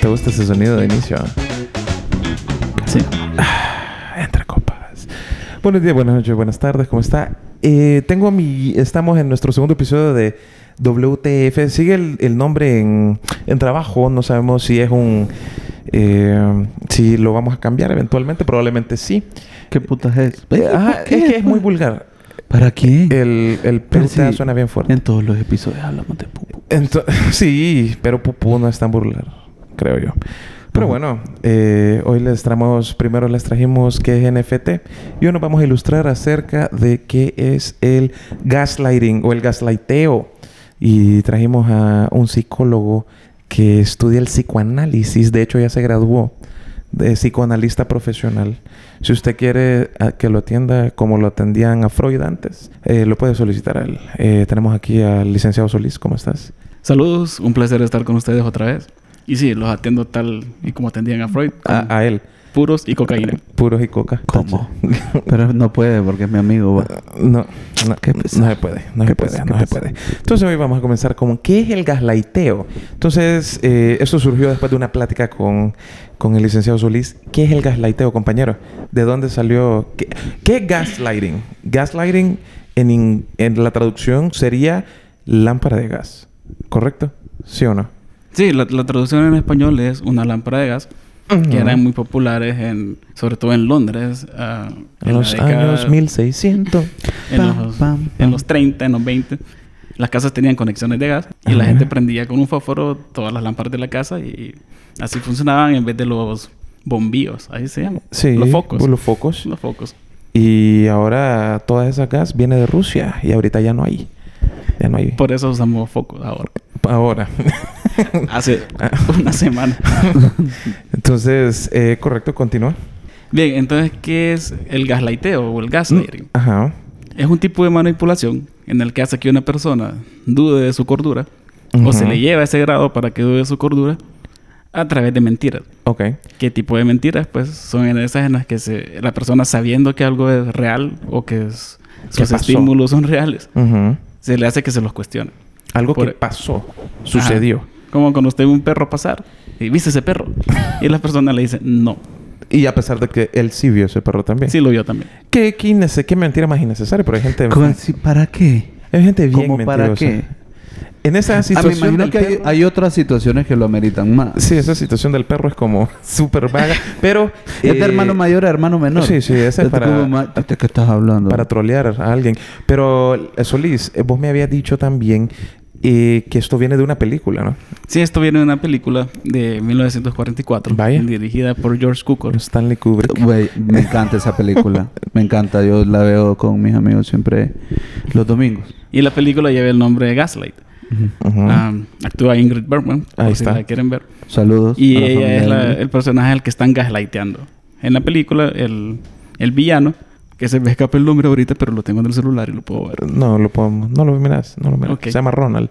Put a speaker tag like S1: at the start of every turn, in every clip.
S1: ¿Te gusta ese sonido de inicio?
S2: Sí.
S1: Entre copas. Buenos días, buenas noches, buenas tardes, ¿cómo está? Eh, tengo mi. Estamos en nuestro segundo episodio de WTF. Sigue el, el nombre en, en trabajo, no sabemos si es un. eh, si lo vamos a cambiar eventualmente, probablemente sí.
S2: ¿Qué putas es?
S1: Eh, ajá,
S2: ¿Por qué?
S1: es que es muy vulgar.
S2: ¿Para qué?
S1: El, el
S2: Pero
S1: puta
S2: sí,
S1: suena bien fuerte.
S2: En todos los episodios hablamos de pupu.
S1: Ento- sí, pero Pupú no es tan burlar, creo yo. Pero
S2: Ajá.
S1: bueno, eh, hoy les traemos, primero les trajimos qué es NFT y hoy nos vamos a ilustrar acerca de qué es el gaslighting o el gaslighteo. Y trajimos a un psicólogo que estudia el psicoanálisis, de hecho ya se graduó de psicoanalista profesional. Si usted quiere ah, que lo atienda como lo atendían a Freud antes, eh, lo puede solicitar a él. Eh, tenemos aquí al licenciado Solís, ¿cómo estás?
S3: Saludos, un placer estar con ustedes otra vez. Y sí, los atiendo tal y como atendían a Freud, con
S1: Ah, A, a él.
S3: puros y cocaína.
S1: Puros y coca.
S2: ¿Cómo? Pero no puede porque es mi amigo. va.
S1: No, no,
S2: Qué
S1: no
S2: pesar.
S1: se puede, no se
S2: Qué
S1: puede,
S2: pesar,
S1: no se
S2: qué pesar.
S1: puede. Entonces hoy vamos a comenzar con ¿qué es el gaslighteo? Entonces, eh, eso surgió después de una plática con, con el licenciado Solís. ¿Qué es el gaslighteo, compañero? ¿De dónde salió? ¿Qué, qué es gaslighting? Gaslighting en, in- en la traducción sería lámpara de gas, ¿correcto? ¿Sí o no?
S3: Sí, la, la traducción en español es una lámpara de gas, que eran muy populares en, sobre todo en Londres. ah,
S1: En
S3: la
S1: los
S3: década-
S1: años 1600.
S3: En
S2: Pam,
S3: los,
S2: pam,
S3: en
S2: pam.
S3: los 30, en los 20. Las casas tenían conexiones de gas y la
S1: Ajá.
S3: gente prendía con un fósforo todas las lámparas de la casa y así funcionaban en vez de los bombillos, ahí se llaman.
S1: Sí,
S3: los focos.
S1: Los focos.
S3: Los focos.
S1: Y ahora toda esa gas viene de Rusia y ahorita ya no hay. Ya no hay.
S3: Por eso usamos focos ahora.
S1: Ahora.
S3: Hace
S1: Ah.
S3: una semana.
S1: Entonces, eh, correcto, continúa.
S3: Bien, entonces, ¿qué es el gaslighteo o el gaslighting?
S1: Mm, Ajá.
S3: Es un tipo de manipulación en el que hace que una persona dude de su cordura
S1: Ujú.
S3: o se le lleva a ese grado para que dude de su cordura a través de mentiras.
S1: Ok.
S3: ¿Qué tipo de mentiras? Pues son en esas en las que se- la persona sabiendo que algo es real o que es-
S1: ¿Qué
S3: sus
S1: pasó?
S3: estímulos son reales,
S1: Ujú.
S3: se le hace que se los cuestione.
S1: Algo
S3: Por-
S1: que pasó, sucedió.
S3: Como cuando usted ve un perro pasar y viste ese perro y la persona le dice no.
S1: Y a pesar de que él sí vio ese perro también.
S3: Sí lo vio también.
S1: ¿Qué, qué, innece- qué mentira más innecesaria? Pero hay gente,
S2: ¿Cómo así? ¿Para qué?
S1: hay gente bien
S2: ¿Cómo
S1: mentirosa.
S2: para qué?
S1: En esa
S2: Ah, me
S1: situación
S2: imagino
S1: del
S2: que hay,
S1: perro-
S2: hay otras situaciones que lo ameritan más.
S1: Sí, esa situación del perro es como súper vaga. Pero...
S2: Es de
S1: eh,
S2: Este hermano mayor a hermano menor.
S1: sí, sí, ese es
S2: Este
S1: para-
S2: como ma- ¿De qué estás hablando?
S1: Para trolear a alguien. Pero, eh, Solís, eh, vos me habías dicho también eh, que esto viene de una película, ¿no?
S3: Sí, esto viene de una película de 1944.
S1: Vaya.
S3: Dirigida por George
S1: Por
S3: Cukor.
S1: Stanley Kubrick.
S2: Güey, me encanta esa película. me encanta. Yo la veo con mis amigos siempre los domingos.
S3: Y la película lleva el nombre de Gaslight.
S1: Ujú.
S3: Um, actúa Ingrid Bergman, por
S1: Ahí
S3: si
S1: está.
S3: la quieren ver.
S2: Mm. Saludos.
S3: Y
S2: a la
S3: ella
S2: familia
S3: es la-
S2: de-
S3: el personaje al que están gaslighteando. En la película, el, el villano, que se me escapa el nombre ahorita, pero lo tengo en el celular y lo puedo ver.
S1: No, lo podemos... No lo miras. No lo miras.
S3: Ok.
S1: Se llama Ronald.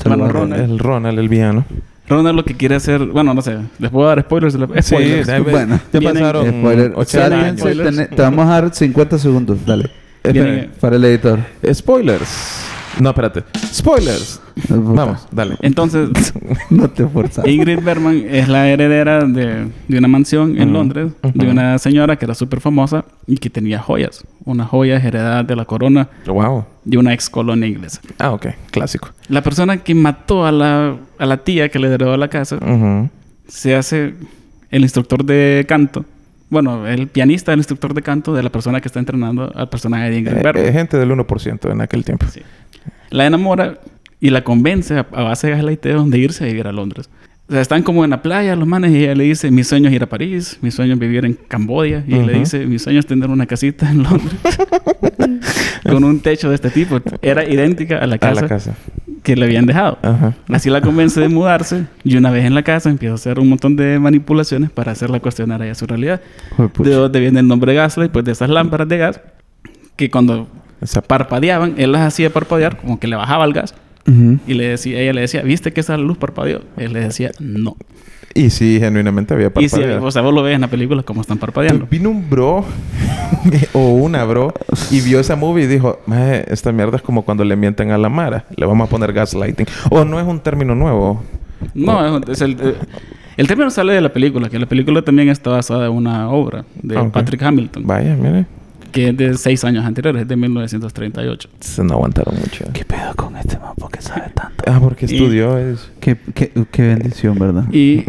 S2: Saludos
S3: Mano
S2: a-
S3: Ronald.
S1: El Ronald, el villano.
S3: Ronald lo que quiere hacer... Bueno, no sé. Les puedo dar spoilers. de la- spoilers.
S1: da-
S2: Bueno,
S1: ya
S3: vienen-
S1: pasaron
S2: Spoiler.
S1: 80
S2: Sálvense,
S1: años.
S3: Spoilers.
S2: tené- te vamos a dar 50 segundos. Dale.
S3: Vienen-
S1: Esperen.
S2: Para el editor.
S1: Spoilers. No, espérate. Spoilers. Vamos, dale.
S3: Entonces,
S2: No te forzas.
S3: Ingrid Bergman es la heredera de, de una mansión en
S1: Ujú.
S3: Londres
S1: Ujú.
S3: de una señora que era súper famosa y que tenía joyas. Unas joyas heredadas de la corona
S1: Wow.
S3: de una ex colonia inglesa.
S1: Ah, ok. Clásico.
S3: La persona que mató a la, a la tía que le heredó la casa
S1: Ujú.
S3: se hace el instructor de canto. Bueno, el pianista, el instructor de canto de la persona que está entrenando al personaje de Ingrid
S1: Eh,
S3: Bergman.
S1: eh, gente del 1% en aquel tiempo.
S3: Sí. La enamora y la convence a, a base de gaslighteo de irse a vivir a Londres. O sea, están como en la playa los manes y ella le dice, mi sueño es ir a París, mi sueño es vivir en Camboya. Y él le
S1: Ujú.
S3: dice, mi sueño es tener una casita en Londres con un techo de este tipo. Era idéntica a la
S1: A
S3: casa,
S1: la casa. Ah.
S3: que le habían dejado.
S1: Ajá.
S3: Así la convence de mudarse y una vez en la casa empieza a hacer un montón de manipulaciones para hacerla cuestionar a ella su realidad.
S2: Juepucha.
S3: ¿De dónde viene el nombre Gaslight? Pues de esas lámparas de gas que cuando
S1: Esa parte.
S3: parpadeaban, él las hacía parpadear, como que le bajaba el gas.
S2: Ujú.
S3: Y le decía, ella le decía, ¿viste que esa luz parpadeó? Él le decía, no.
S1: Y sí, genuinamente había
S3: Y si,
S1: parpadeado.
S3: o sea, vos lo ves en la película como están parpadeando.
S1: Vino un bro o una bro y vio esa movie y dijo, "Mae, esta mierda es como cuando le mienten a la Mara, le vamos a poner gaslighting. O no es un término nuevo.
S3: No, es, un- es el... eh, El término sale de la película, que la película también está basada en una obra de
S1: Ah, ok.
S3: Patrick Hamilton,
S1: Vaya, mire.
S3: que es de seis años anteriores, es de 1938.
S1: Se no aguantaron mucho.
S2: ¿Qué pedo con este man? ¿Por qué sabe tanto?
S1: Ah, porque
S3: Y-
S1: estudió eso.
S2: Qué, qué, qué bendición, ¿verdad?
S3: Y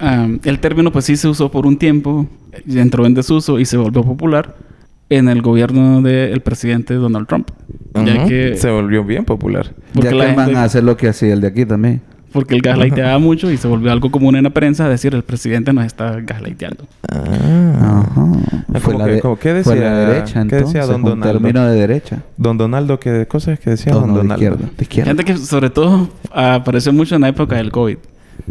S3: am, el término pues sí se usó por un tiempo, y entró en desuso y se volvió popular en el gobierno del presidente Donald Trump. Ya
S1: Ujú.
S3: que...
S1: Se volvió bien popular.
S3: Porque,
S2: ya que
S3: la
S2: el man
S3: gente-
S2: hace lo que hacía el de aquí también.
S3: porque el gaslighteaba mucho y se volvió algo común en la prensa decir el presidente nos está gaslighteando.
S1: Ah.
S2: Ajá.
S1: Ah,
S2: Fue
S1: como
S2: la,
S1: que-
S2: de,
S1: como, ¿qué
S2: fue la
S1: decía-
S2: derecha,
S1: qué
S2: entonces.
S1: decía don
S2: un
S1: Donaldo?
S2: término de derecha.
S1: Don Donaldo, ¿qué de cosas que decía
S2: No,
S1: Don
S2: no, de
S1: Donaldo?
S2: izquierda. De izquierda.
S3: Gente que sobre todo apareció mucho en la época del COVID.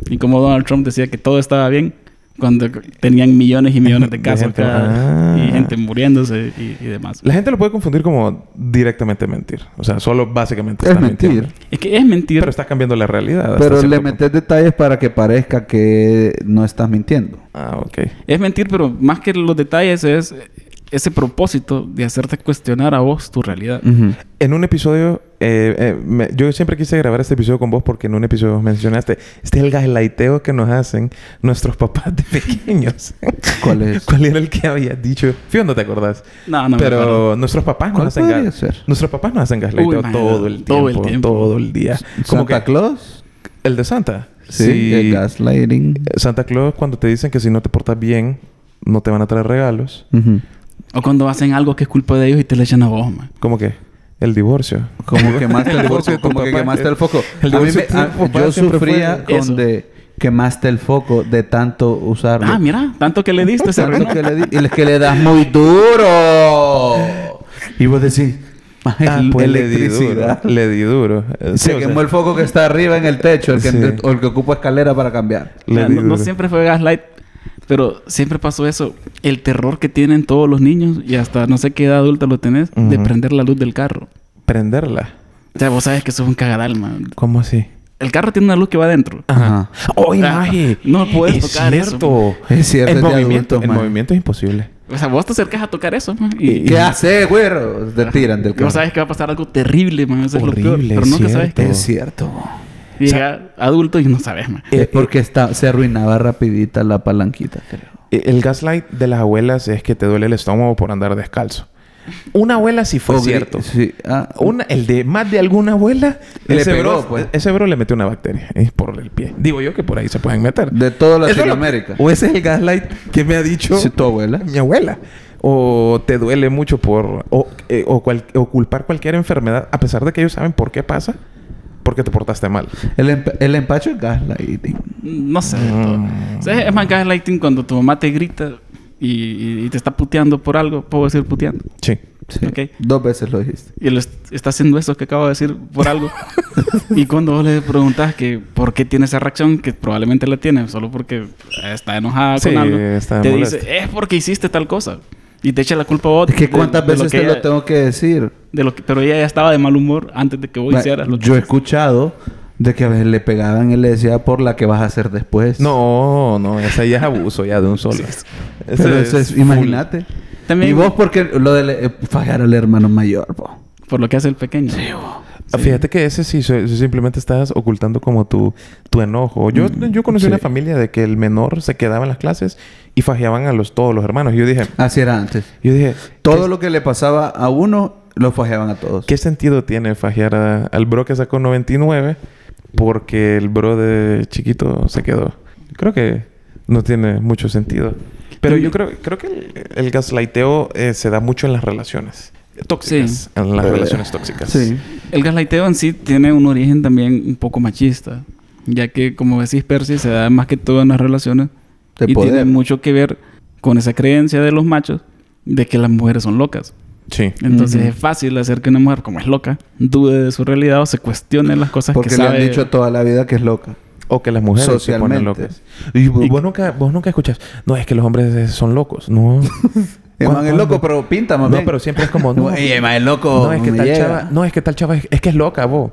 S3: Y como Donald Trump decía que todo estaba bien cuando tenían millones y millones de
S1: De
S3: casos
S1: gente-
S3: cada-
S1: Ah.
S3: y gente muriéndose y, y demás.
S1: La gente lo puede confundir como directamente mentir. O sea, solo básicamente
S2: Es
S1: estás
S2: mentir.
S1: mintiendo.
S3: Es que es mentira.
S1: Pero estás cambiando la realidad. hasta
S2: Pero le
S1: cierto
S2: metes detalles para que parezca que no estás mintiendo.
S1: punto. Ah, ok.
S3: Es mentir, pero más que los detalles es ese propósito de hacerte cuestionar a vos tu realidad.
S1: Mm. En un episodio, eh, eh, me- yo siempre quise grabar este episodio con vos porque en un episodio vos mencionaste, este es el gaslighteo que nos hacen nuestros papás de pequeños.
S2: ¿Cuál es? Ah,
S1: ¿Cuál era el que habías dicho? Fío, no te acordás.
S3: No, no me acuerdo.
S1: Pero nuestros papás nos
S2: ¿Cuál
S1: hacen
S2: podría
S1: gas-
S2: ser?
S1: Nuestros papás nos hacen gaslighteo
S3: Uy,
S1: todo
S3: man,
S1: el
S3: todo el
S1: tiempo,
S3: tiempo.
S1: todo el día. Como
S2: ¿Santa
S1: que
S2: Claus?
S1: el de Santa.
S2: Sí. El gaslighting.
S1: Santa Claus cuando te dicen que si no te portas bien no te van a traer regalos.
S2: Ujú.
S3: O cuando hacen algo que es culpa de ellos y te le echan a vos, man.
S1: ¿Cómo que? El divorcio.
S2: Como quemaste
S1: El
S2: el
S1: divorcio de
S2: foco.
S1: tu
S2: Como que
S1: papá.
S2: quemaste el foco.
S1: El
S2: A mí
S1: divorcio
S2: me-
S1: de tu
S2: a-
S1: papá
S2: yo
S1: siempre fue
S2: sufría con
S3: eso.
S2: de quemaste el foco de tanto usarlo.
S3: Ah, mira, tanto que le diste, se
S2: Tanto
S3: arruinó.
S2: que le, di- y es que le das muy duro. Y vos decís, "Ay,
S1: Ah, pues le di duro.
S2: electricidad.
S1: Le di duro. Eh, sí,
S2: Se
S1: o sea,
S2: quemó el foco que está arriba en el techo, el que,
S1: Sí.
S2: o el que ocupa escalera para cambiar.
S1: le
S3: Ya,
S1: di
S3: no, no
S1: duro.
S3: siempre fue gaslight, pero siempre pasó eso. El terror que tienen todos los niños y hasta no sé qué edad adulta lo tenés de
S1: Ujú.
S3: prender la luz del carro.
S1: Prenderla.
S3: O sea, vos sabes que sos un cagadalma.
S1: ¿Cómo así?
S3: El carro tiene una luz que va adentro.
S2: Ajá.
S1: ¡Oh,
S3: Ah,
S1: imagen!
S3: no puedes
S1: es
S3: tocar eso.
S1: cierto.
S2: Es cierto,
S1: El
S2: es de
S1: movimiento,
S2: adultos,
S1: el
S2: man.
S1: movimiento es imposible.
S3: O sea, vos te acercas a tocar eso, man, y,
S2: ¿Qué haces, güero? Te tiran del
S3: Vos
S2: carro.
S3: sabes que va a pasar algo terrible, man. Eso es lo peor.
S1: Horrible,
S3: Pero nunca sabes
S1: cierto.
S3: que
S2: Es cierto.
S3: Y Llega adulto y no sabes, man.
S1: Eh,
S2: Es porque está, se arruinaba rapidita la palanquita, creo.
S1: Eh, El gaslight de las abuelas es que te duele el estómago por andar descalzo. Una abuela sí fue
S2: O gri-
S1: cierto.
S2: Sí. Ah,
S1: Una- el de más de alguna abuela,
S2: Le
S1: ese,
S2: pegó,
S1: bro,
S2: pues.
S1: ese bro le metió una bacteria eh, por el pie. Digo yo que por ahí se pueden meter.
S2: De toda
S1: Eso es lo-
S2: Latinoamérica.
S1: o ese es el gaslight que me ha dicho
S2: Sí, tu abuela.
S1: mi abuela. O te duele mucho por... O, eh, o cual- o culpar cualquier enfermedad, a pesar de que ellos saben por qué pasa, porque te portaste mal.
S2: El, emp- el empacho es gaslighting.
S3: No sé. de todo.
S1: Mm.
S3: O sea, es más gaslighting cuando tu mamá te grita y, y- y te está puteando por algo. Puedo decir puteando.
S1: Sí.
S2: Sí.
S3: Ok.
S2: Dos veces lo dijiste.
S3: Y él est- está haciendo eso que acabo de decir por algo. y cuando vos le preguntas que por qué tiene esa reacción, que probablemente la tiene, solo porque está enojada
S1: Sí,
S3: con algo,
S1: está
S3: te
S1: molesta.
S3: dice, es porque hiciste tal cosa. Y te echa la culpa a vos.
S2: Es que
S3: de-
S2: cuántas
S3: de
S2: veces
S3: que
S2: te lo
S3: ella-
S2: tengo que decir.
S3: de lo que- Pero ella ya estaba de mal humor antes de que vos
S2: Va,
S3: hicieras lo que
S2: Yo he escuchado de que a veces le pegaban y le decía por la que vas a hacer después.
S1: No, no. Ese ya es abuso ya de un solo. Ese
S2: Pero eso es,
S1: full.
S2: imagínate.
S3: También-
S2: Y vos porque lo de eh, fallar al hermano mayor, po.
S3: Por lo que hace el pequeño.
S1: Ah, Fíjate que ese sí, so- so- simplemente estás ocultando como tu, tu enojo. Yo, yo conocí
S2: Mm, sí.
S1: una familia de que el menor se quedaba en las clases y fajeaban a los todos los hermanos. Y yo dije,
S2: Así era antes.
S1: yo dije,
S2: Todo lo que le pasaba a uno, lo fajeaban a todos.
S1: ¿qué sentido tiene fajear a- al bro que sacó 99 porque el bro de chiquito se quedó? Creo que no tiene mucho sentido. Pero yo creo, creo que el, el gaslighteo eh, se da mucho en las relaciones tóxicas. En las
S2: Eh,
S1: relaciones tóxicas.
S2: Sí.
S3: El gaslighteo en sí tiene un origen también un poco machista, ya que como decís Percy se da más que todo en las relaciones
S2: De
S3: y
S2: poder.
S3: tiene mucho que ver con esa creencia de los machos de que las mujeres son locas.
S1: Sí.
S3: Entonces
S2: Ujú.
S3: es fácil hacer que una mujer como es loca dude de su realidad o se cuestione las cosas
S2: Porque
S3: que
S2: le
S3: sabe.
S2: han dicho toda la vida que es loca.
S1: O que las mujeres se ponen
S2: Socialmente.
S1: locas. Y vos, vos nunca, vos nunca escuchas, no, es que los hombres eh, son locos. No.
S2: El man es
S1: ¿Cuándo?
S2: loco, pero pinta más
S1: No,
S2: bien.
S1: pero siempre es como, no.
S2: Y el man es loco.
S1: No, es que
S2: me
S1: tal
S2: llega.
S1: chava, no, es que tal chava es, es que es loca, vos.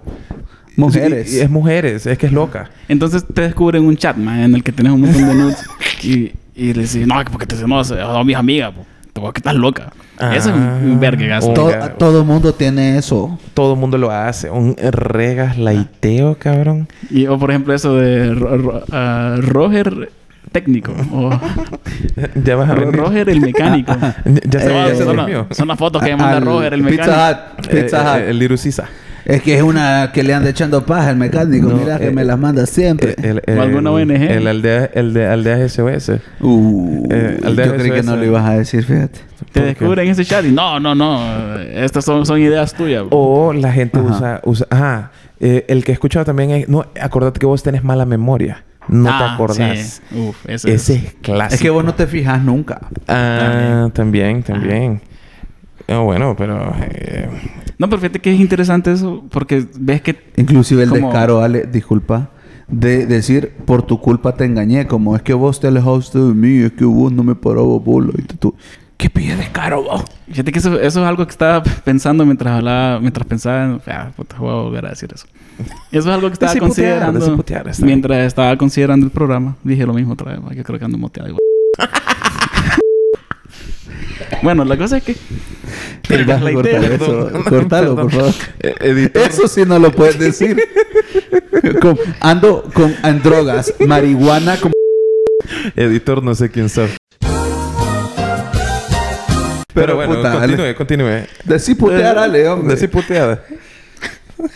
S2: Mujeres.
S1: Y- y es mujeres, es que es loca.
S3: Entonces te descubren un chat man, en el que tenés un montón de nudes y, y le decís, no, porque te hacemos a mis amigas, po. Te voy a quitar loca. Eso es un,
S1: Ah.
S3: un verga gasto.
S1: Oh.
S2: todo,
S1: Oiga.
S2: todo mundo tiene eso.
S1: Todo el mundo lo hace. Un regas laiteo, cabrón.
S3: Y, o por ejemplo eso de Ro- Ro- ah, Roger técnico. o
S1: ya vas a venir.
S3: Roger el mecánico.
S1: Ya- Ya se
S2: Eh,
S1: va a
S2: ese
S3: son,
S2: es
S1: dormir.
S3: las-
S1: mío.
S3: son las fotos que me manda
S2: Ah, Al
S3: Roger el mecánico.
S2: Pizza Hut.
S1: Eh,
S2: Pizza Hut.
S1: eh, el Lirusiza.
S2: Es que es una que le anda echando paja al mecánico.
S1: No,
S2: Mira
S1: eh,
S2: que me las manda siempre.
S1: El,
S3: O alguna ONG.
S1: El aldea, el de aldea SOS.
S2: Uh,
S1: eh, al de
S2: yo creí que
S1: SOS.
S2: no lo ibas a decir, fíjate.
S3: Te
S1: ¿Por qué?
S3: descubren ese chat y no, no, no. Estas son, son ideas tuyas. bro.
S1: O la gente
S2: Ajá.
S1: usa, usa... Ajá. Eh, el que he escuchado también es... No, acordate que vos tenés mala memoria. No te
S3: Ah,
S1: acordás.
S3: sí. Uf, ese,
S1: Ese
S3: es.
S1: es clásico.
S2: Es que vos no te fijas nunca.
S1: Ah, también, también. Ah, bueno, pero... eh,
S3: No, pero fíjate que es interesante eso porque ves que
S2: Inclusive el
S3: Como-
S2: descaro, Ale, disculpa, de decir por tu culpa te engañé, como es que vos te alejaste de mí, es que vos no me parabas bola. Y tú, ¿qué pide descaro vos?
S3: Fíjate que eso, eso es algo que estaba pensando mientras hablaba, mientras pensaba, en- ah, puta, voy a volver a decir eso. Eso es algo que estaba
S1: Decí putear,
S3: considerando
S1: decí putear, está bien.
S3: mientras estaba considerando el programa. Dije lo mismo otra vez, yo creo que ando moteado igual. bueno, la cosa es que
S2: Te vas a cortar
S3: idea.
S2: eso.
S1: Perdón. Perdón.
S2: Cortalo, por favor.
S1: eh, editor.
S2: Eso sí no lo puedes decir. Con- ando con en drogas, marihuana, como...
S1: Editor, no sé quién sabe. Pero, bueno,
S2: Ale.
S1: continúe, continúe. Eh,
S2: Decí putear, Ale, hombre.
S1: Decí puteada.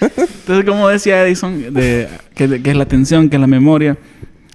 S3: Entonces, como decía Edison, de- que, de- que es la atención, que es la memoria,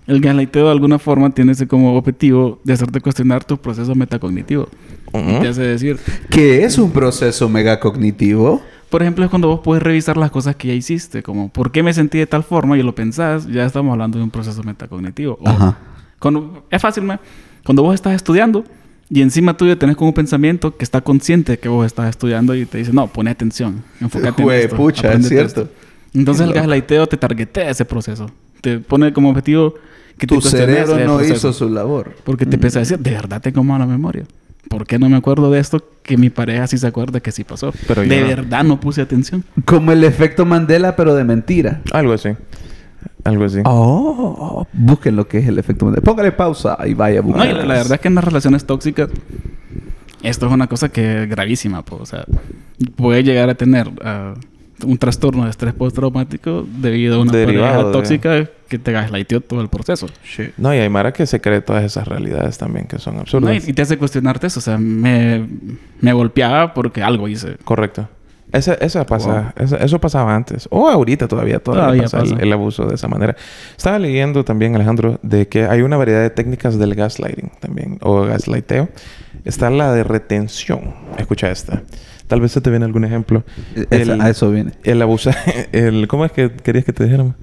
S3: el gaslighteo de alguna forma tiene ese como objetivo de hacerte cuestionar tus procesos metacognitivos.
S1: Ujú.
S2: ¿Ah?
S3: Te hace decir,
S2: que es un proceso megacognitivo.
S3: Por ejemplo, es cuando vos puedes revisar las cosas que ya hiciste, como por qué me sentí de tal forma y lo pensás, ya estamos hablando de un proceso metacognitivo.
S1: Oh,
S3: O
S2: Ajá.
S3: cuando- es fácil, ma, cuando vos estás estudiando y encima tuyo tenés como un pensamiento que está consciente de que vos estás estudiando y te dice, no, pone atención, enfócate en
S2: Jue-
S3: esto.
S2: pucha, es
S3: aprende
S2: cierto.
S3: esto". Entonces el
S2: Qué loco.
S3: gaslighteo te targetea ese proceso. Te pone como objetivo que te
S2: Tu
S3: cuestiones
S2: cerebro
S3: ese
S2: no
S3: proceso.
S2: hizo su labor.
S3: Porque te empieza a decir, de verdad tengo mala memoria. ¿Por qué no me acuerdo de esto que mi pareja sí se acuerda que sí pasó?
S1: Pero yo
S3: de
S1: no.
S3: verdad no puse atención.
S2: Como el efecto Mandela, pero de mentira.
S1: Algo así. Algo así.
S2: Oh, busquen lo que es el efecto Mandela. Póngale pausa y vaya a
S3: No,
S2: buscar.
S3: y la, la verdad es que en las relaciones tóxicas esto es una cosa que es gravísima, po. o sea, puede llegar a tener ah, un trastorno de estrés postraumático debido a una
S1: Derivado
S3: pareja
S1: de-
S3: tóxica que te gaslightó todo el proceso.
S1: No, y hay Mara que se cree todas esas realidades también que son
S3: No,
S1: absurdas.
S3: y, y te hace cuestionarte eso, o sea, me, me golpeaba porque algo hice.
S1: Correcto. Esa, esa pasa, esa- eso pasaba antes. O ahorita todavía, todavía,
S3: Todavía
S1: pasa, el-
S3: pasa.
S1: El, abuso de esa manera. Estaba leyendo también, Alejandro, de que hay una variedad de técnicas del gaslighting también, o gaslighteo. Está la de retención. Escucha esta. Tal vez se te viene algún ejemplo.
S2: E-, Esa-
S1: El-
S2: a eso viene.
S1: El abusar... El, ¿Cómo es que querías que te dijéramos?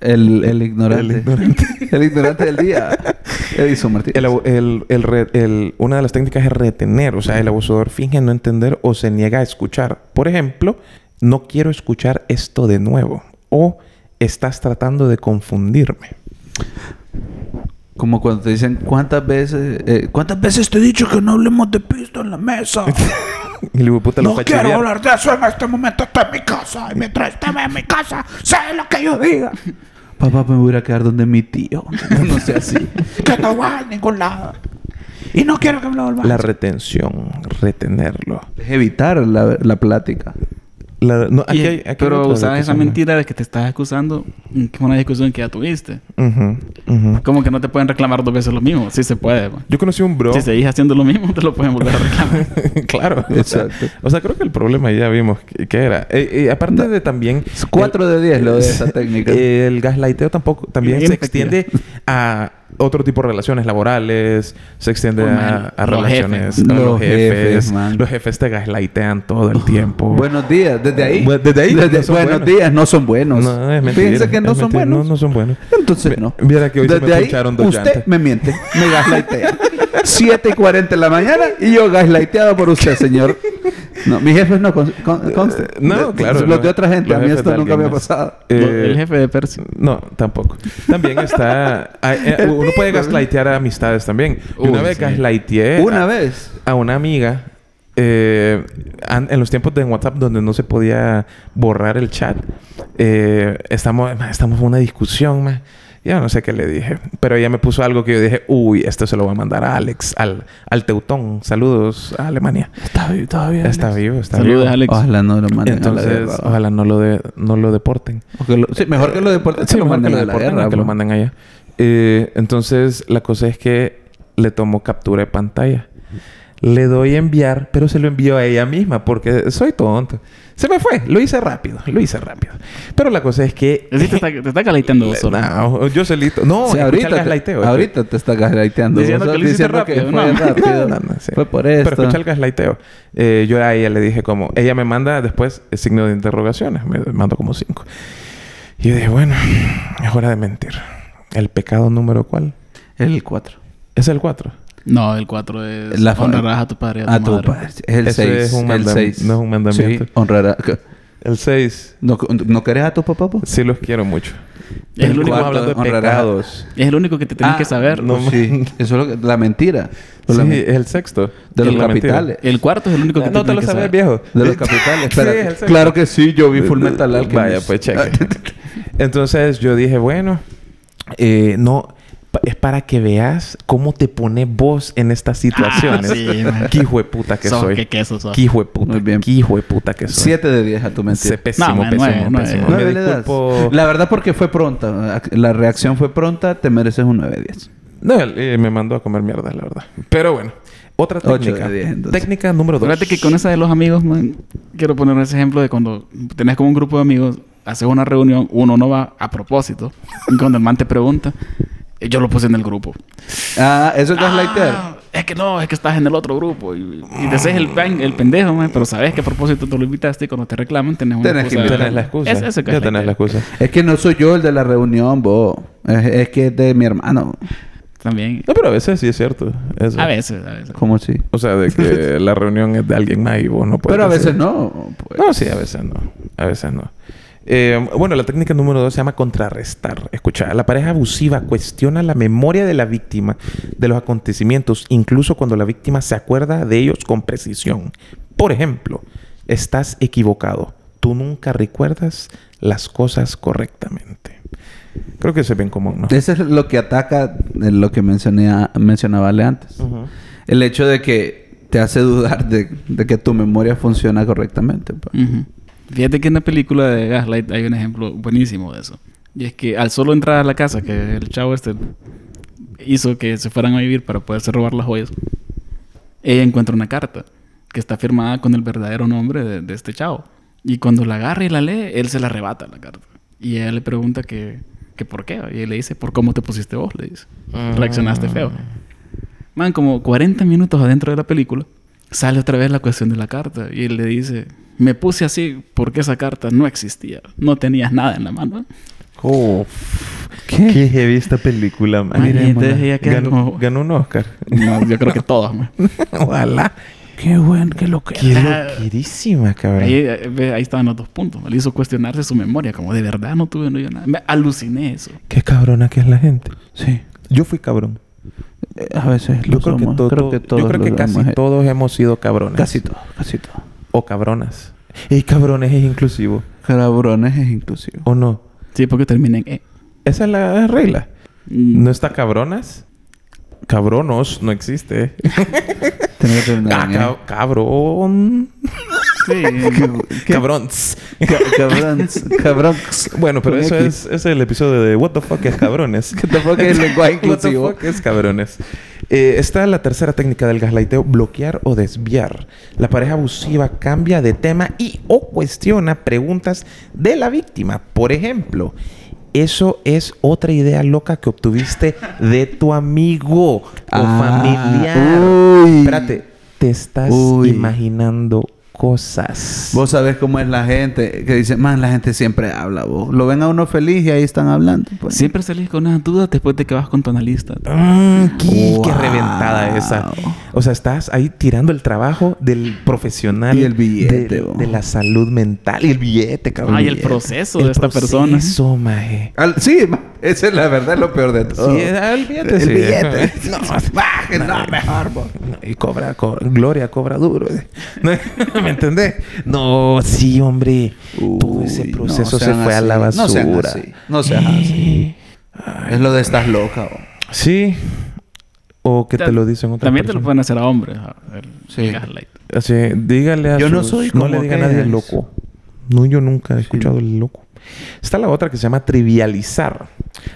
S2: El, el ignorante.
S1: El
S2: El
S1: ignorante.
S2: ignorante. del día. Edison Martínez.
S1: El, abu- el- el re- el- una de las técnicas es retener, o sea, el abusador finge no entender o se niega a escuchar. Por ejemplo, no quiero escuchar esto de nuevo o estás tratando de confundirme.
S2: Como cuando te dicen, ¿cuántas veces, eh, ¿cuántas veces te he dicho que no hablemos de pisto en la mesa?
S1: Y el hijo de puta lo
S2: no
S1: fue a
S2: quiero
S1: chiviar.
S2: hablar de eso en este momento. Está en mi casa. Y mientras estaba en mi casa, sé lo que yo diga. Papá, me voy a ir a quedar donde mi tío. no sé así. que no va a ningún lado. Y no quiero que me lo vuelvas.
S1: La retención, retenerlo.
S2: Es evitar la, la plática.
S1: La- no, aquí
S3: Y-
S1: hay- aquí hay
S3: pero
S1: otra de
S3: usar
S1: que
S3: esa
S1: son-
S3: mentira de que te estás acusando mm, que fue una discusión que ya tuviste.
S1: Ujú, ujú.
S3: Como que no te pueden reclamar dos veces lo mismo. Sí se puede. po.
S1: Yo conocí un bro.
S3: Si seguís haciendo lo mismo, te lo pueden volver a reclamar.
S1: claro. o sea-
S2: Exacto.
S1: O sea, creo que el problema ya vimos que, que era. Eh, eh, aparte de también...
S2: Es cuatro de diez lo de esa técnica.
S1: El gaslighteo tampoco... También
S3: Bien
S1: se
S3: efectiva.
S1: extiende a otro tipo de relaciones laborales. Se extiende
S3: Oh,
S1: a,
S3: man.
S1: a
S3: Los
S1: relaciones...
S3: jefes.
S1: a Los,
S2: Los
S1: jefes.
S2: jefes, man.
S1: Los jefes te gaslightean todo el tiempo.
S2: Buenos días, desde ahí.
S1: Bu- desde ahí, no son
S2: buenos
S1: buenos.
S2: días, no son buenos.
S1: No, es mentira.
S2: Piensa que no
S1: es
S2: son
S1: mentira.
S2: buenos.
S1: No, no son buenos.
S2: Entonces no.
S1: viera que hoy se
S2: desde
S1: me
S2: ahí,
S1: poncharon dos
S2: usted
S1: llantas.
S2: me miente, me gaslightea. 7 y 40 de la mañana y yo gaslighteado por usted, señor. No, mis jefes no con, con- conste.
S1: Eh, No,
S2: De-
S1: claro.
S2: Los
S1: no.
S2: de otra gente.
S1: Los
S2: a mí
S1: jefes de
S2: esto nunca
S1: alguien
S2: me ha
S1: más.
S2: pasado.
S1: Eh,
S3: el jefe de Percy.
S1: No, tampoco. También está... hay- eh,
S2: El
S1: uno puede
S2: tipo.
S1: gaslightear a amistades también. Yo una
S3: Uy,
S1: vez
S3: sí.
S1: gaslighteé...
S2: Una
S1: a-
S2: vez.
S1: a una amiga eh, an- en los tiempos de WhatsApp donde no se podía borrar el chat. eh, estamos, ma, estamos en una discusión, ma. Yo no sé qué le dije, pero ella me puso algo que yo dije, uy, esto se lo voy a mandar a Alex, al, al Teutón. Saludos a Alemania.
S2: Está vivo, todavía.
S1: Está vivo, está
S3: Saludos,
S1: vivo.
S3: Alex.
S2: Ojalá no lo manden a la
S1: Entonces,
S2: guerra.
S1: ojalá no lo, de- no lo deporten.
S2: O que lo- sí, mejor que lo deporten,
S1: Sí,
S2: se lo
S1: mejor que
S2: manden
S1: lo
S2: a la
S1: deporten,
S2: guerra.
S1: que lo
S2: bro.
S1: manden allá. Eh, entonces, la cosa es que le tomo captura de pantalla. Le doy a enviar, pero se lo envío a ella misma porque soy tonto. Se me fue. Lo hice rápido. Lo hice rápido. Pero la cosa es que...
S3: Así te está, te está galaiteando vos solo.
S1: No, yo solito. No,
S2: O
S1: escucha
S2: sea, ahorita,
S1: el
S2: te,
S1: gaslighteo, eh.
S2: ahorita te está gaslighteando.
S3: Diciendo
S2: vos,
S3: que lo hiciste
S2: diciendo que
S3: rápido,
S2: fue
S3: no.
S2: rápido.
S1: No, no, no, sí.
S2: Fue por
S1: Pero
S2: esto.
S1: escucha el gaslighteo. Eh, yo a ella le dije como... Ella me manda después el signo de interrogaciones. Me mando como cinco. Y yo dije, bueno, es hora de mentir. ¿El pecado número cuál?
S2: El 4.
S1: Es el 4.
S3: No, el 4 es...
S2: La fa-
S3: honrarás a tu padre y a tu
S2: A tu
S3: madre.
S2: padre. Es el
S1: Eso
S2: 6.
S1: es un
S2: el
S1: mandam-
S2: 6.
S1: no es un mandamiento.
S2: Sí, honrará.
S1: El 6.
S2: ¿No, ¿No querés a tu papá? pues? po?
S1: Sí los quiero mucho.
S3: Es el, único,
S1: cuatro. hablando de
S2: honrarás.
S1: pecados.
S3: es el único que te tenés
S2: Ah,
S3: que saber.
S1: no.
S2: pues sí. Eso es lo que, la mentira. Lo la-
S1: sí, eh, es el sexto.
S2: de los
S1: La mentira.
S2: capitales.
S3: El cuarto es el único que
S1: Ah, No te
S3: tenés
S1: lo
S3: que
S1: sabes,
S3: saber.
S1: viejo.
S2: De los capitales.
S1: eh, Sí,
S2: espérate.
S1: es el sexto.
S2: claro que sí, yo vi Full Metal Alchemist.
S1: Eh, Vaya, pues cheque. Entonces yo dije, bueno, eh, no. pa- Es para que veas cómo te pones vos en estas situaciones.
S3: Ah, sí, man.
S1: Qué hijo de puta que
S3: Sos,
S1: soy.
S3: qué queso sos.
S1: Qué hijo de puta.
S2: Muy bien.
S1: Qué hijo de puta que soy.
S2: 7 de 10 a tu mentira.
S1: Se pésimo,
S3: No, eh. man,
S1: pésimo,
S3: nueve, nueve.
S1: pésimo.
S2: Nueve
S1: Me
S2: le das.
S1: disculpo.
S2: La verdad porque fue pronta. La reacción fue pronta. Te mereces un 9-10.
S1: No, eh, me mandó a comer mierda, la verdad. Pero bueno. Otra
S2: Ocho de
S1: técnica.
S2: diez, entonces.
S1: técnica número dos.
S3: Fíjate que con esa de los amigos, man, quiero poner ese ejemplo de cuando tenés como un grupo de amigos, haces una reunión, uno no va a propósito. y cuando el man te pregunta, eh, yo lo puse en el grupo.
S2: Ah, eso es gaslighter.
S3: Ah, es que no, es que estás en el otro grupo. Y, y te haces el, pen- el pendejo, man, pero sabes que a propósito tú lo invitaste y cuando te reclaman tenés una
S2: Tenés que
S3: excusa.
S1: Tenés la excusa.
S3: Es, eso que
S1: ya
S3: es
S1: tenés la excusa.
S2: Es que no soy yo el de la reunión, vos. Es, es que es de mi hermano.
S3: También.
S1: No, pues, pero a veces sí es cierto. Eso.
S3: A veces, a veces.
S2: ¿Cómo sí?
S1: O sea, de que la reunión es de alguien más y vos no puedes.
S2: Pero a veces
S1: decir.
S2: no. pues.
S1: No, sí, a veces no. A veces no. Eh, bueno, la técnica número dos se llama contrarrestar. Escucha, la pareja abusiva cuestiona la memoria de la víctima de los acontecimientos, incluso cuando la víctima se acuerda de ellos con precisión. Por ejemplo, estás equivocado. Tú nunca recuerdas las cosas correctamente. Creo que eso es bien común, ¿no?
S2: Eso es lo que ataca de lo que mencioné a- mencionaba Ale antes.
S1: Ujú.
S2: El hecho de que te hace dudar de, de que tu memoria funciona correctamente.
S1: Mm.
S2: pues.
S3: Ujú. Fíjate que en la película de Gaslight hay un ejemplo buenísimo de eso. Y es que al solo entrar a la casa que el chavo este hizo que se fueran a vivir para poderse robar las joyas, ella encuentra una carta que está firmada con el verdadero nombre de, de este chavo. Y cuando la agarra y la lee, él se la arrebata la carta. Y ella le pregunta que, que por qué. Y él le dice, por cómo te pusiste vos, le dice.
S1: Ah.
S3: Reaccionaste feo. Man, como 40 minutos adentro de la película, sale otra vez la cuestión de la carta y él le dice, me puse así porque esa carta no existía, no tenías nada en la mano.
S1: Oh,
S2: ¿Qué?
S1: Qué heavy esta película, man.
S3: Man, y entonces ella queda
S1: ganó,
S3: como-
S1: ganó un Oscar.
S3: No, yo creo que todas. man.
S1: Ojalá.
S2: Qué bueno, qué lo que.
S1: Qué loquerísima, cabrón.
S3: Ahí, eh, ve, ahí estaban los dos puntos. Le hizo cuestionarse su memoria, como de verdad no tuve no yo nada. Me aluciné eso.
S1: Qué cabrona que es la gente.
S2: Sí.
S1: Yo fui cabrón.
S2: Eh, A veces
S1: Yo
S2: lo
S1: creo,
S2: somos.
S1: que todo,
S2: creo que todos
S1: yo creo
S2: lo
S1: que casi
S2: hemos hecho.
S1: todos hemos sido cabrones.
S2: Casi todo, casi todo.
S1: O cabronas. Y cabrones es inclusivo.
S2: Cabrones es inclusivo.
S1: ¿O no?
S3: Sí, porque terminé en E.
S1: Esa es la regla.
S3: Mm,
S1: No está cabronas. Cabronos no existe.
S2: Tenía que terminar
S1: Ah,
S2: en
S1: ca- cabrón.
S3: Sí,
S1: Cabrons.
S2: E. Ca- Cabrones. Cabrones.
S1: Bueno, pero
S2: Con
S1: eso
S2: X.
S1: es, ese es el episodio de What the fuck es cabrones.
S2: Que tampoco es lenguaje
S1: What
S2: inclusivo.
S1: the fuck es cabrones. Eh, está la tercera técnica del gaslighteo, bloquear o desviar. La pareja abusiva cambia de tema y o cuestiona preguntas de la víctima. Por ejemplo, eso es otra idea loca que obtuviste de tu amigo o familiar.
S2: Ah, uy.
S1: Espérate, te estás
S2: Uy.
S1: imaginando cosas.
S2: Vos sabés cómo es la gente que dice, man, la gente siempre habla, vos. Lo ven a uno feliz y ahí están hablando. pues.
S3: Siempre salís con unas dudas después de que vas con tu analista.
S1: Mm, qué, qué
S2: Wow.
S1: reventada esa. O sea, estás ahí tirando el trabajo del profesional.
S2: Y el billete,
S1: De,
S2: bo.
S1: de la salud mental. Y el billete, cabrón.
S3: Ah, y el
S1: billete.
S3: proceso de esta persona. ¿eh?
S1: proceso, maje.
S2: Al- sí, ma- esa es la verdad, lo peor de todo.
S1: Sí, el billete,
S2: El
S1: sí.
S2: billete.
S1: No,
S2: Baje, no, mejor, vos.
S1: No, Y cobra, co- Gloria cobra duro. No, ¿Me entendés? No, sí, hombre. Todo ese
S2: Uy,
S1: proceso
S2: no
S1: se
S2: sean
S1: fue a la
S2: así. No
S1: basura.
S2: sean así. No seas así. Es lo de estás loca, vos.
S1: Sí. O que te lo dicen otra
S3: También te lo
S1: persona.
S3: pueden hacer a hombres. a- el-
S2: Sí.
S3: el gaslight.
S1: Así, dígale a
S2: Yo no
S1: sus-
S2: soy
S1: No
S2: como
S1: le diga a nadie
S2: aquellas.
S1: loco. No, yo nunca he escuchado el loco. Está la otra que se llama trivializar.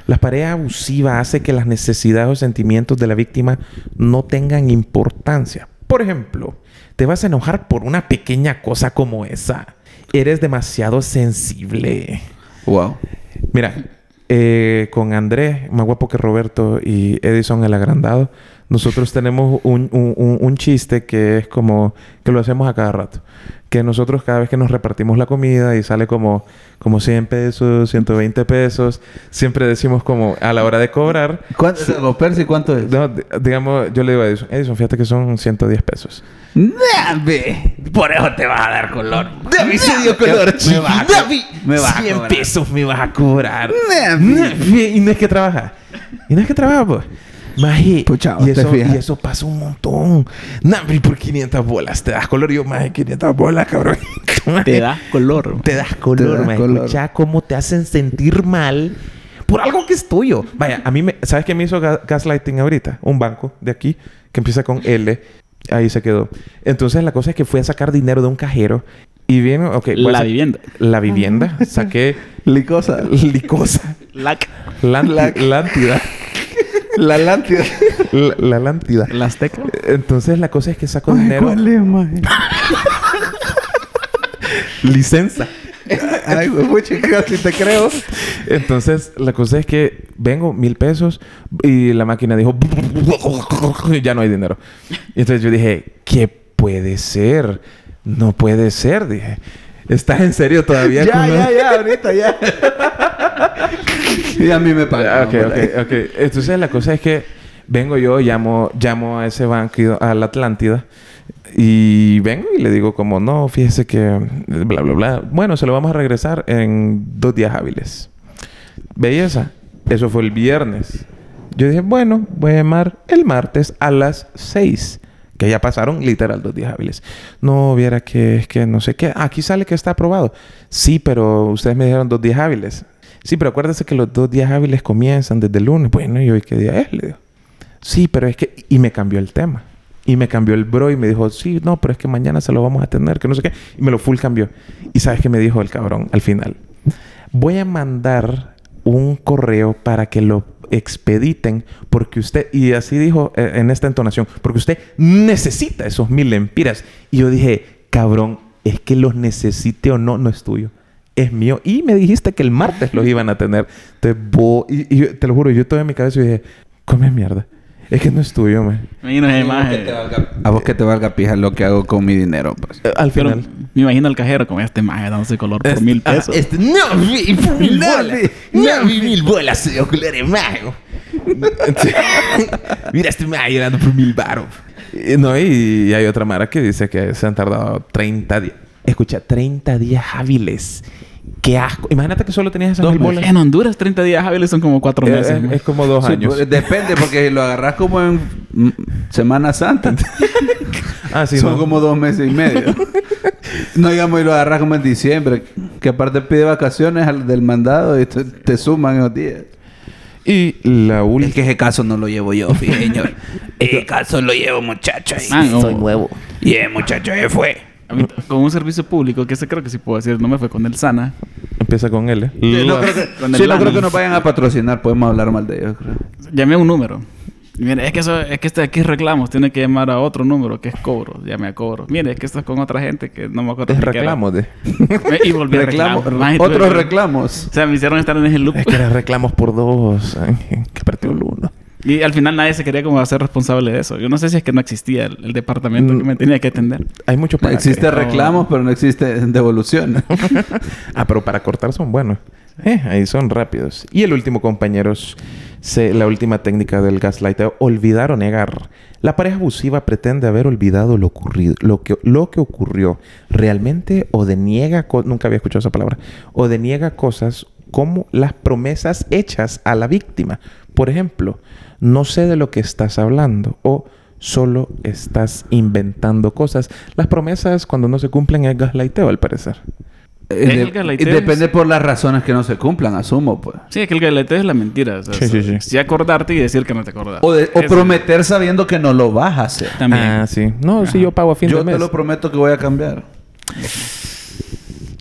S1: La pareja abusiva hace que las necesidades o sentimientos de la víctima no tengan importancia. Por ejemplo, te vas a enojar por una pequeña cosa como esa. Eres demasiado sensible.
S2: Wow.
S1: Mira, eh, con Andrés, más guapo que Roberto y Edison el agrandado, nosotros tenemos un, un- un- un chiste que es como que lo hacemos a cada rato. Que nosotros cada vez que nos repartimos la comida y sale como, como 100 pesos, 120 pesos, siempre decimos como a la hora de cobrar,
S2: ¿Cuánto, los Percy, ¿cuánto es?
S1: no, di- digamos, yo le digo a Edison, Edison, fíjate que son 110 pesos.
S2: ¡Nabe! Por eso te vas a dar color. ¡Nabe! Se dio color.
S1: Me va a co-
S2: ¡Nabe! Me vas a
S1: 100
S2: cobrar.
S1: pesos me vas a cobrar.
S2: ¡Nabe!
S1: Y no es é que trabaja. Y no es é que trabaja, pues. Maje,
S2: Pucha,
S1: y,
S2: te
S1: eso,
S2: fijas.
S1: y eso pasa un montón. Nambri, por 500 bolas tá? te das color. Y Yo, maje, 500 bolas, cabrón.
S3: Te da color.
S1: Te das color,
S2: Te das
S1: maje.
S2: color.
S1: Escucha cómo te hacen sentir mal por algo que es tuyo. Vaya, a mí me... ¿Sabes qué me hizo ga- gaslighting ahorita? Un banco de aquí que empieza con L. Ahí se quedó. Entonces, la cosa es que fui a sacar dinero de un cajero. Y bien, ok. voy a
S3: La
S1: sa-
S3: vivienda.
S1: La vivienda. Saqué
S2: Licosa.
S1: licosa.
S3: Lac.
S1: La,
S2: La-
S1: anti- la entidad.
S2: La lántida.
S1: La, la Lántida.
S3: Las teclas.
S1: Entonces la cosa es que saco dinero.
S2: es, maje?
S1: Licenza.
S2: Ay, güey, pucha, casi te creo.
S1: Entonces la cosa es que vengo mil pesos y la máquina dijo ya no hay dinero. Y entonces yo dije, ¿qué puede ser? No puede ser, dije. ¿Estás en serio todavía?
S2: Ya,
S1: con lo-
S2: ya, ya, ahorita, ya. y a mí me
S1: Ah,
S2: paga.
S1: ok, ok, ok. Entonces la cosa es que vengo yo, llamo, llamo a ese banco, a la Atlántida, y vengo y le digo como, no, fíjese que bla, bla, bla. Bueno, se lo vamos a regresar en dos días hábiles. Belleza. Eso fue el viernes. Yo dije, bueno, voy a llamar el martes a las 6. Que ya pasaron literal dos días hábiles. No, viera que es que no sé qué. Aquí sale que está aprobado. Sí, pero ustedes me dijeron dos días hábiles. Sí, pero acuérdese que los dos días hábiles comienzan desde el lunes. Bueno, ¿y hoy qué día es? Le digo. Sí, pero es que... Y me cambió el tema. Y me cambió el bro y me dijo, sí, no, pero es que mañana se lo vamos a tener, que no sé qué. Y me lo full cambió. Y sabes qué me dijo el cabrón al final. Voy a mandar un correo para que lo expediten porque usted, y así dijo eh, en esta entonación, porque usted necesita esos mil lempiras. Y yo dije, cabrón, es que los necesite o no, no es tuyo. Es mío. Y me dijiste que el martes los iban a tener. Entonces, vos, y, y yo- te lo juro, yo todavía en mi cabeza dije, come mierda. Es que no es tuyo, man.
S3: Me imagino esa imagen.
S2: A vos que te valga pija lo que hago con mi dinero, pues.
S1: Eh, Al
S3: Pero
S1: final.
S3: me imagino al cajero con este maje dándose color por mil pesos.
S2: no, vi,
S1: mil bolas. No, vi
S2: mil bolas de oculares mago.
S1: Mira, este me va llorando por mil baros. No, y, y hay otra mara que dice que se han tardado 30 días. Escucha, 30 días hábiles. Qué asco. Imagínate que solo tenías esas
S3: Dos
S1: mil
S3: bolas.
S1: bolas.
S3: En Honduras 30 días hábiles son como 4
S1: Eh,
S3: meses.
S1: es,
S3: man.
S1: es como dos años.
S2: pues, Depende, porque si lo agarras como en mm, Semana Santa,
S1: Ah, sí,
S2: son
S1: no.
S2: como dos meses y medio. no digamos, y lo agarras como en diciembre, que aparte pide vacaciones al del mandado y te, te suman esos días.
S1: Y la última.
S2: que ese caso no lo llevo yo, fíjate, señor. Ese caso lo llevo, muchacho.
S3: Man, o-
S2: Y el muchacho se fue.
S3: a mí t- con un servicio público, que ese creo que sí puedo decir, no me fue con el sana.
S1: Empieza con L.
S2: No
S1: Lua.
S2: creo que,
S3: Con el
S2: sí, no
S3: Lani.
S2: creo que nos vayan a patrocinar. Podemos hablar mal de ellos, creo.
S3: Llamé a un número. Y Mire, es que eso, es que este de aquí es reclamos, tiene que llamar a otro número que es cobro. Llame a cobro. Mire, es que esto es con otra gente que no me acuerdo.
S1: Es
S3: ni qué era.
S1: reclamo de.
S3: Me- Y volví a reclamo.
S2: Reclamo,
S3: Man, y tuve-
S2: otros reclamos.
S3: O sea, me hicieron estar en ese loop.
S1: Es que era reclamos por dos. Ay, que partió el uno.
S3: Y al final nadie se quería como hacer responsable de eso. Yo no sé si es que no existía el, el departamento que me
S1: Mm.
S3: tenía que atender.
S1: Hay mucho para
S2: existe
S1: que-
S2: reclamos, pero no existe devolución. Eh,
S1: Ah, pero para cortar son buenos. Eh, ahí son rápidos. Y el último, compañeros, se- la última técnica del gaslight, olvidar o negar. La pareja abusiva pretende haber olvidado lo ocurrido, lo que, lo que ocurrió realmente o deniega, co- nunca había escuchado esa palabra, o deniega cosas como las promesas hechas a la víctima. Por ejemplo, no sé de lo que estás hablando o solo estás inventando cosas. Las promesas cuando no se cumplen es gaslighteo al parecer.
S2: Eh,
S3: Es el
S2: de-
S3: galeteo,
S2: y depende
S3: es-
S2: por las razones que no se cumplan, asumo, pues.
S3: Sí, es que el galeteo es la mentira. O sea,
S1: Sí,
S3: es-
S1: sí, sí.
S3: sí acordarte y decir que no te acordás.
S2: O, de- o
S3: Eso.
S2: prometer sabiendo que no lo vas a hacer.
S3: También.
S1: Ah, sí. No, sí, yo pago a fin
S2: Yo
S1: de
S2: te
S1: mes.
S2: lo prometo que voy a cambiar.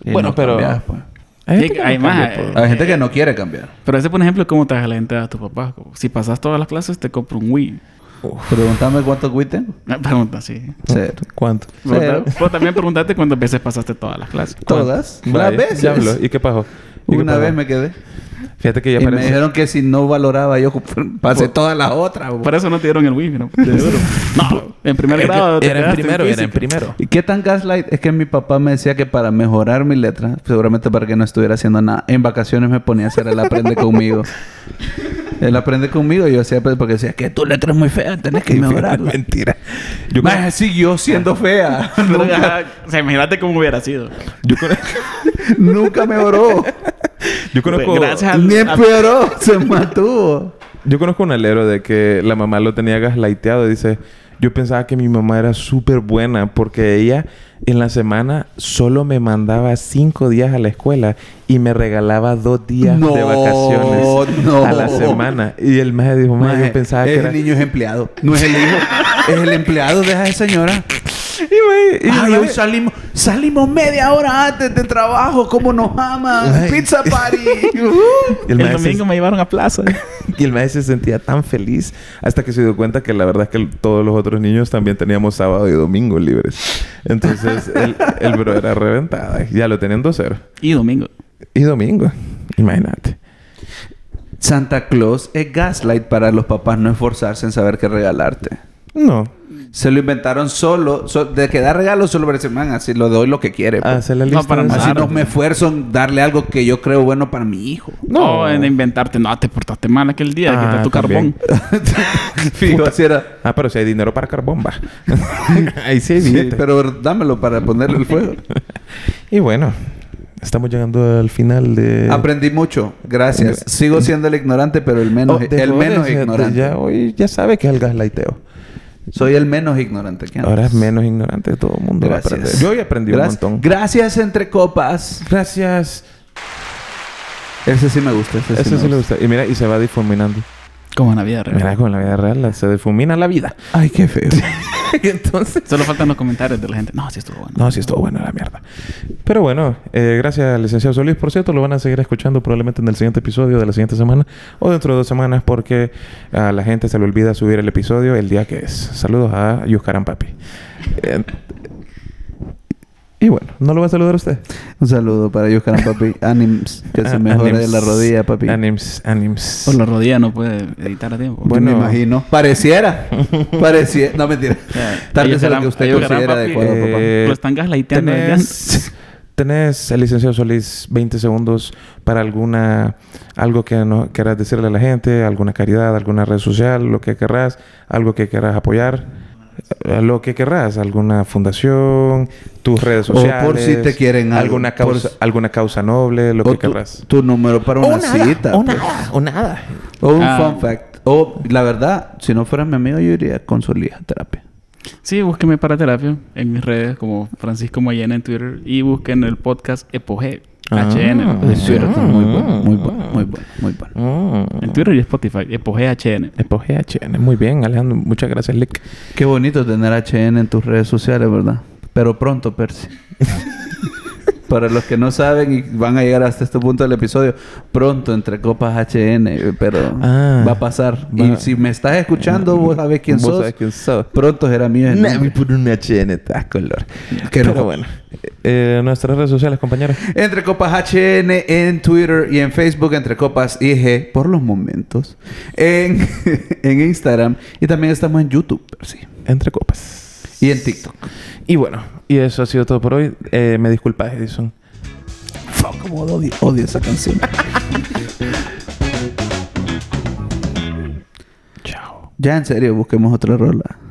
S2: Y
S1: Bueno, pero-
S2: cambias, pues.
S1: Hay gente
S3: Sí,
S1: que
S3: Eh, hay
S1: no cambia
S3: más, eh.
S1: por-
S2: Hay gente que no quiere cambiar.
S3: Pero ese, por ejemplo, es como te das la gente a tu papá. Como, Si pasas todas las clases, te compro un Wii.
S2: Pregúntame cuántos Wii tengo.
S3: Una pregunta, sí.
S2: Cero.
S1: ¿Cuánto?
S2: Cero.
S3: Pero, también preguntarte cuántas veces pasaste todas las clases.
S2: Todas. Las
S1: Vaya,
S2: veces.
S1: ya habló. ¿Y qué pasó? ¿Y qué
S2: Una
S1: pasó?
S2: vez me quedé.
S1: Fíjate que
S2: Y
S1: ya
S2: me
S1: parece...
S2: dijeron que si no valoraba yo pasé todas las otras. bo.
S3: Por eso no te dieron el Wii, ¿no? De duro. No, en primer grado. te
S1: Era en
S3: quedaste
S1: primero, era en
S3: física.
S1: primero.
S2: ¿Y qué tan gaslight? Es que mi papá me decía que para mejorar mi letra, seguramente para que no estuviera haciendo nada, en vacaciones me ponía a hacer el aprende conmigo. El aprende conmigo, yo hacía pues, porque decía que tu letra es muy fea, tenés que mejorarla.
S1: Mentira. Yo, con-
S2: Más siguió siendo fea. nunca,
S3: Ajá, O sea, imagínate cómo hubiera sido.
S1: yo, con-
S2: nunca mejoró.
S1: yo conozco...
S3: Pues, gracias al-
S2: Ni
S3: al-
S2: empeoró, se mantuvo.
S1: Yo conozco un alero de que la mamá lo tenía gaslighteado. Dice, yo pensaba que mi mamá era súper buena porque ella en la semana solo me mandaba cinco días a la escuela y me regalaba dos días de
S2: No,
S1: vacaciones
S2: no.
S1: a la semana. Y el maestro dijo, "Mae,
S2: Maje,
S1: yo pensaba que
S2: el
S1: era...
S2: niño es empleado. No es el hijo. es el empleado, deja de señora.
S1: Y, mae, y
S2: Ay,
S1: mae-
S2: hoy salimos, salimos media hora antes del trabajo. ¿Cómo nos aman?
S1: Ay. Uh.
S2: Pizza party.
S1: y
S3: El,
S1: el maestro
S3: domingo me llevaron a plaza.
S1: Y el maestro se sentía tan feliz hasta que se dio cuenta que la verdad es que todos los otros niños también teníamos sábado y domingo libres. Entonces el, el bro era reventada. Ya lo tenían 2-0.
S3: y domingo.
S1: Y domingo, imagínate.
S2: Santa Claus es gaslight para los papás no esforzarse en saber qué regalarte.
S1: No,
S2: Se lo inventaron solo, so- de que da regalos solo para decir, man, así lo doy lo que quiere. pues".
S1: Eh, hacer la
S3: No,
S1: lista.
S3: para
S1: de-
S3: nada.
S2: Así no me esfuerzo en darle algo que yo creo bueno para mi hijo.
S1: No.
S3: No, en inventarte. No, te portaste mal aquel día.
S1: Ah,
S3: que está tu
S1: también.
S3: carbón.
S2: Fijo, así era.
S1: Ah, pero si hay dinero para carbón, va. Ahí sí hay
S2: Sí,
S1: billete.
S2: pero dámelo para ponerle el fuego.
S1: Y bueno, estamos llegando al final de.
S2: Aprendí mucho, gracias. Sigo siendo el ignorante, pero e- el menos,
S1: Oh, de
S2: el
S1: joder,
S2: menos
S1: ya-
S2: ignorante.
S1: Ya hoy ya sabe que es el gaslighteo.
S2: Soy el menos ignorante que antes.
S1: Ahora es menos ignorante de todo el mundo. va a aprender.
S2: Gracias.
S1: Yo hoy aprendí
S2: Gra-
S1: un montón.
S2: Gracias entre copas.
S1: Gracias.
S2: Ese sí me gusta. Ese sí,
S1: Eso
S2: me
S1: sí le
S2: gusta.
S1: gusta. Y mira, y se va difuminando.
S3: Como en la vida real.
S1: Mira, con la vida real la- se difumina la vida.
S2: Ay, qué feo.
S1: y entonces...
S3: Solo faltan los comentarios de la gente. No, sí estuvo bueno.
S1: No, sí estuvo bueno la mierda. Pero bueno, eh, gracias licenciado Solís. Por cierto, lo van a seguir escuchando probablemente en el siguiente episodio de la siguiente semana o dentro de dos semanas porque a la gente se le olvida subir el episodio el día que es. Saludos a Yuscarán Papi. Eh, y bueno, ¿no lo va a saludar usted?
S2: Un saludo para Yuscaran, papi. Anims. Que se
S1: Ah,
S2: mejore
S1: anims.
S2: de la rodilla, papi.
S1: Anims, anims.
S3: Por la rodilla no puede editar a tiempo.
S1: Bueno.
S2: Me imagino. Pareciera. Pareciera. No, mentira.
S3: Ya,
S2: Tal
S3: ahí
S2: vez es lo
S3: estarán-
S2: que
S3: ahí
S2: usted
S3: estarán,
S2: considera
S3: papi.
S2: adecuado, papá.
S1: Eh,
S3: Lo están gaslighteando.
S1: Tenés, tenés el licenciado Solís 20 segundos para alguna algo que no quieras decirle a la gente, alguna caridad, alguna red social, lo que querrás, algo que querrás apoyar, eh, lo que querrás, alguna fundación, tus redes
S2: O por
S1: sociales,
S2: si te quieren algo,
S1: alguna
S2: por
S1: causa,
S2: si-
S1: alguna causa noble, lo
S2: O
S1: que
S2: tu,
S1: querrás.
S2: tu número para una, cita. pues.
S1: o nada.
S2: O un
S3: Ah.
S2: fun fact. O, la verdad, si no fuera mi amigo, yo iría con Solís a terapia.
S3: Sí, búsquenme para terapia en mis redes como Francisco Mayena en Twitter y busquen el podcast Epoge
S1: Ah.
S3: HN.
S2: Es cierto.
S1: Ah.
S2: Muy bueno, muy bueno, muy bueno, muy bueno.
S1: Mm.
S3: En Twitter y Spotify, Epoge HN.
S1: Muy bien, Alejandro. Muchas gracias, Lick.
S2: Qué bonito tener HN en tus redes sociales, ¿verdad? Pero pronto, Percy. Para los que no saben y van a llegar hasta este punto del episodio, pronto entre copas HN, pero
S1: Ah.
S2: va a pasar.
S1: Va.
S2: Y si me estás escuchando, vos sabés quién
S1: Vos
S2: sos.
S1: sabés quién sos.
S2: Pronto será mío. el
S1: Navi
S2: nombre.
S1: por un HN, estás ah, color.
S2: Que no.
S1: Pero bueno. Eh, nuestras redes sociales, compañeros.
S2: Entre Copas HN en Twitter y en Facebook, Entre Copas IG, por los momentos. En, en Instagram y también estamos en YouTube, Percy.
S1: Entre copas.
S2: Y en TikTok.
S1: Y bueno, y eso ha sido todo por hoy. Eh, me disculpas, Edison.
S2: Fuck, como odio, odio esa canción.
S1: Chao.
S2: Ya en serio, busquemos otra rola.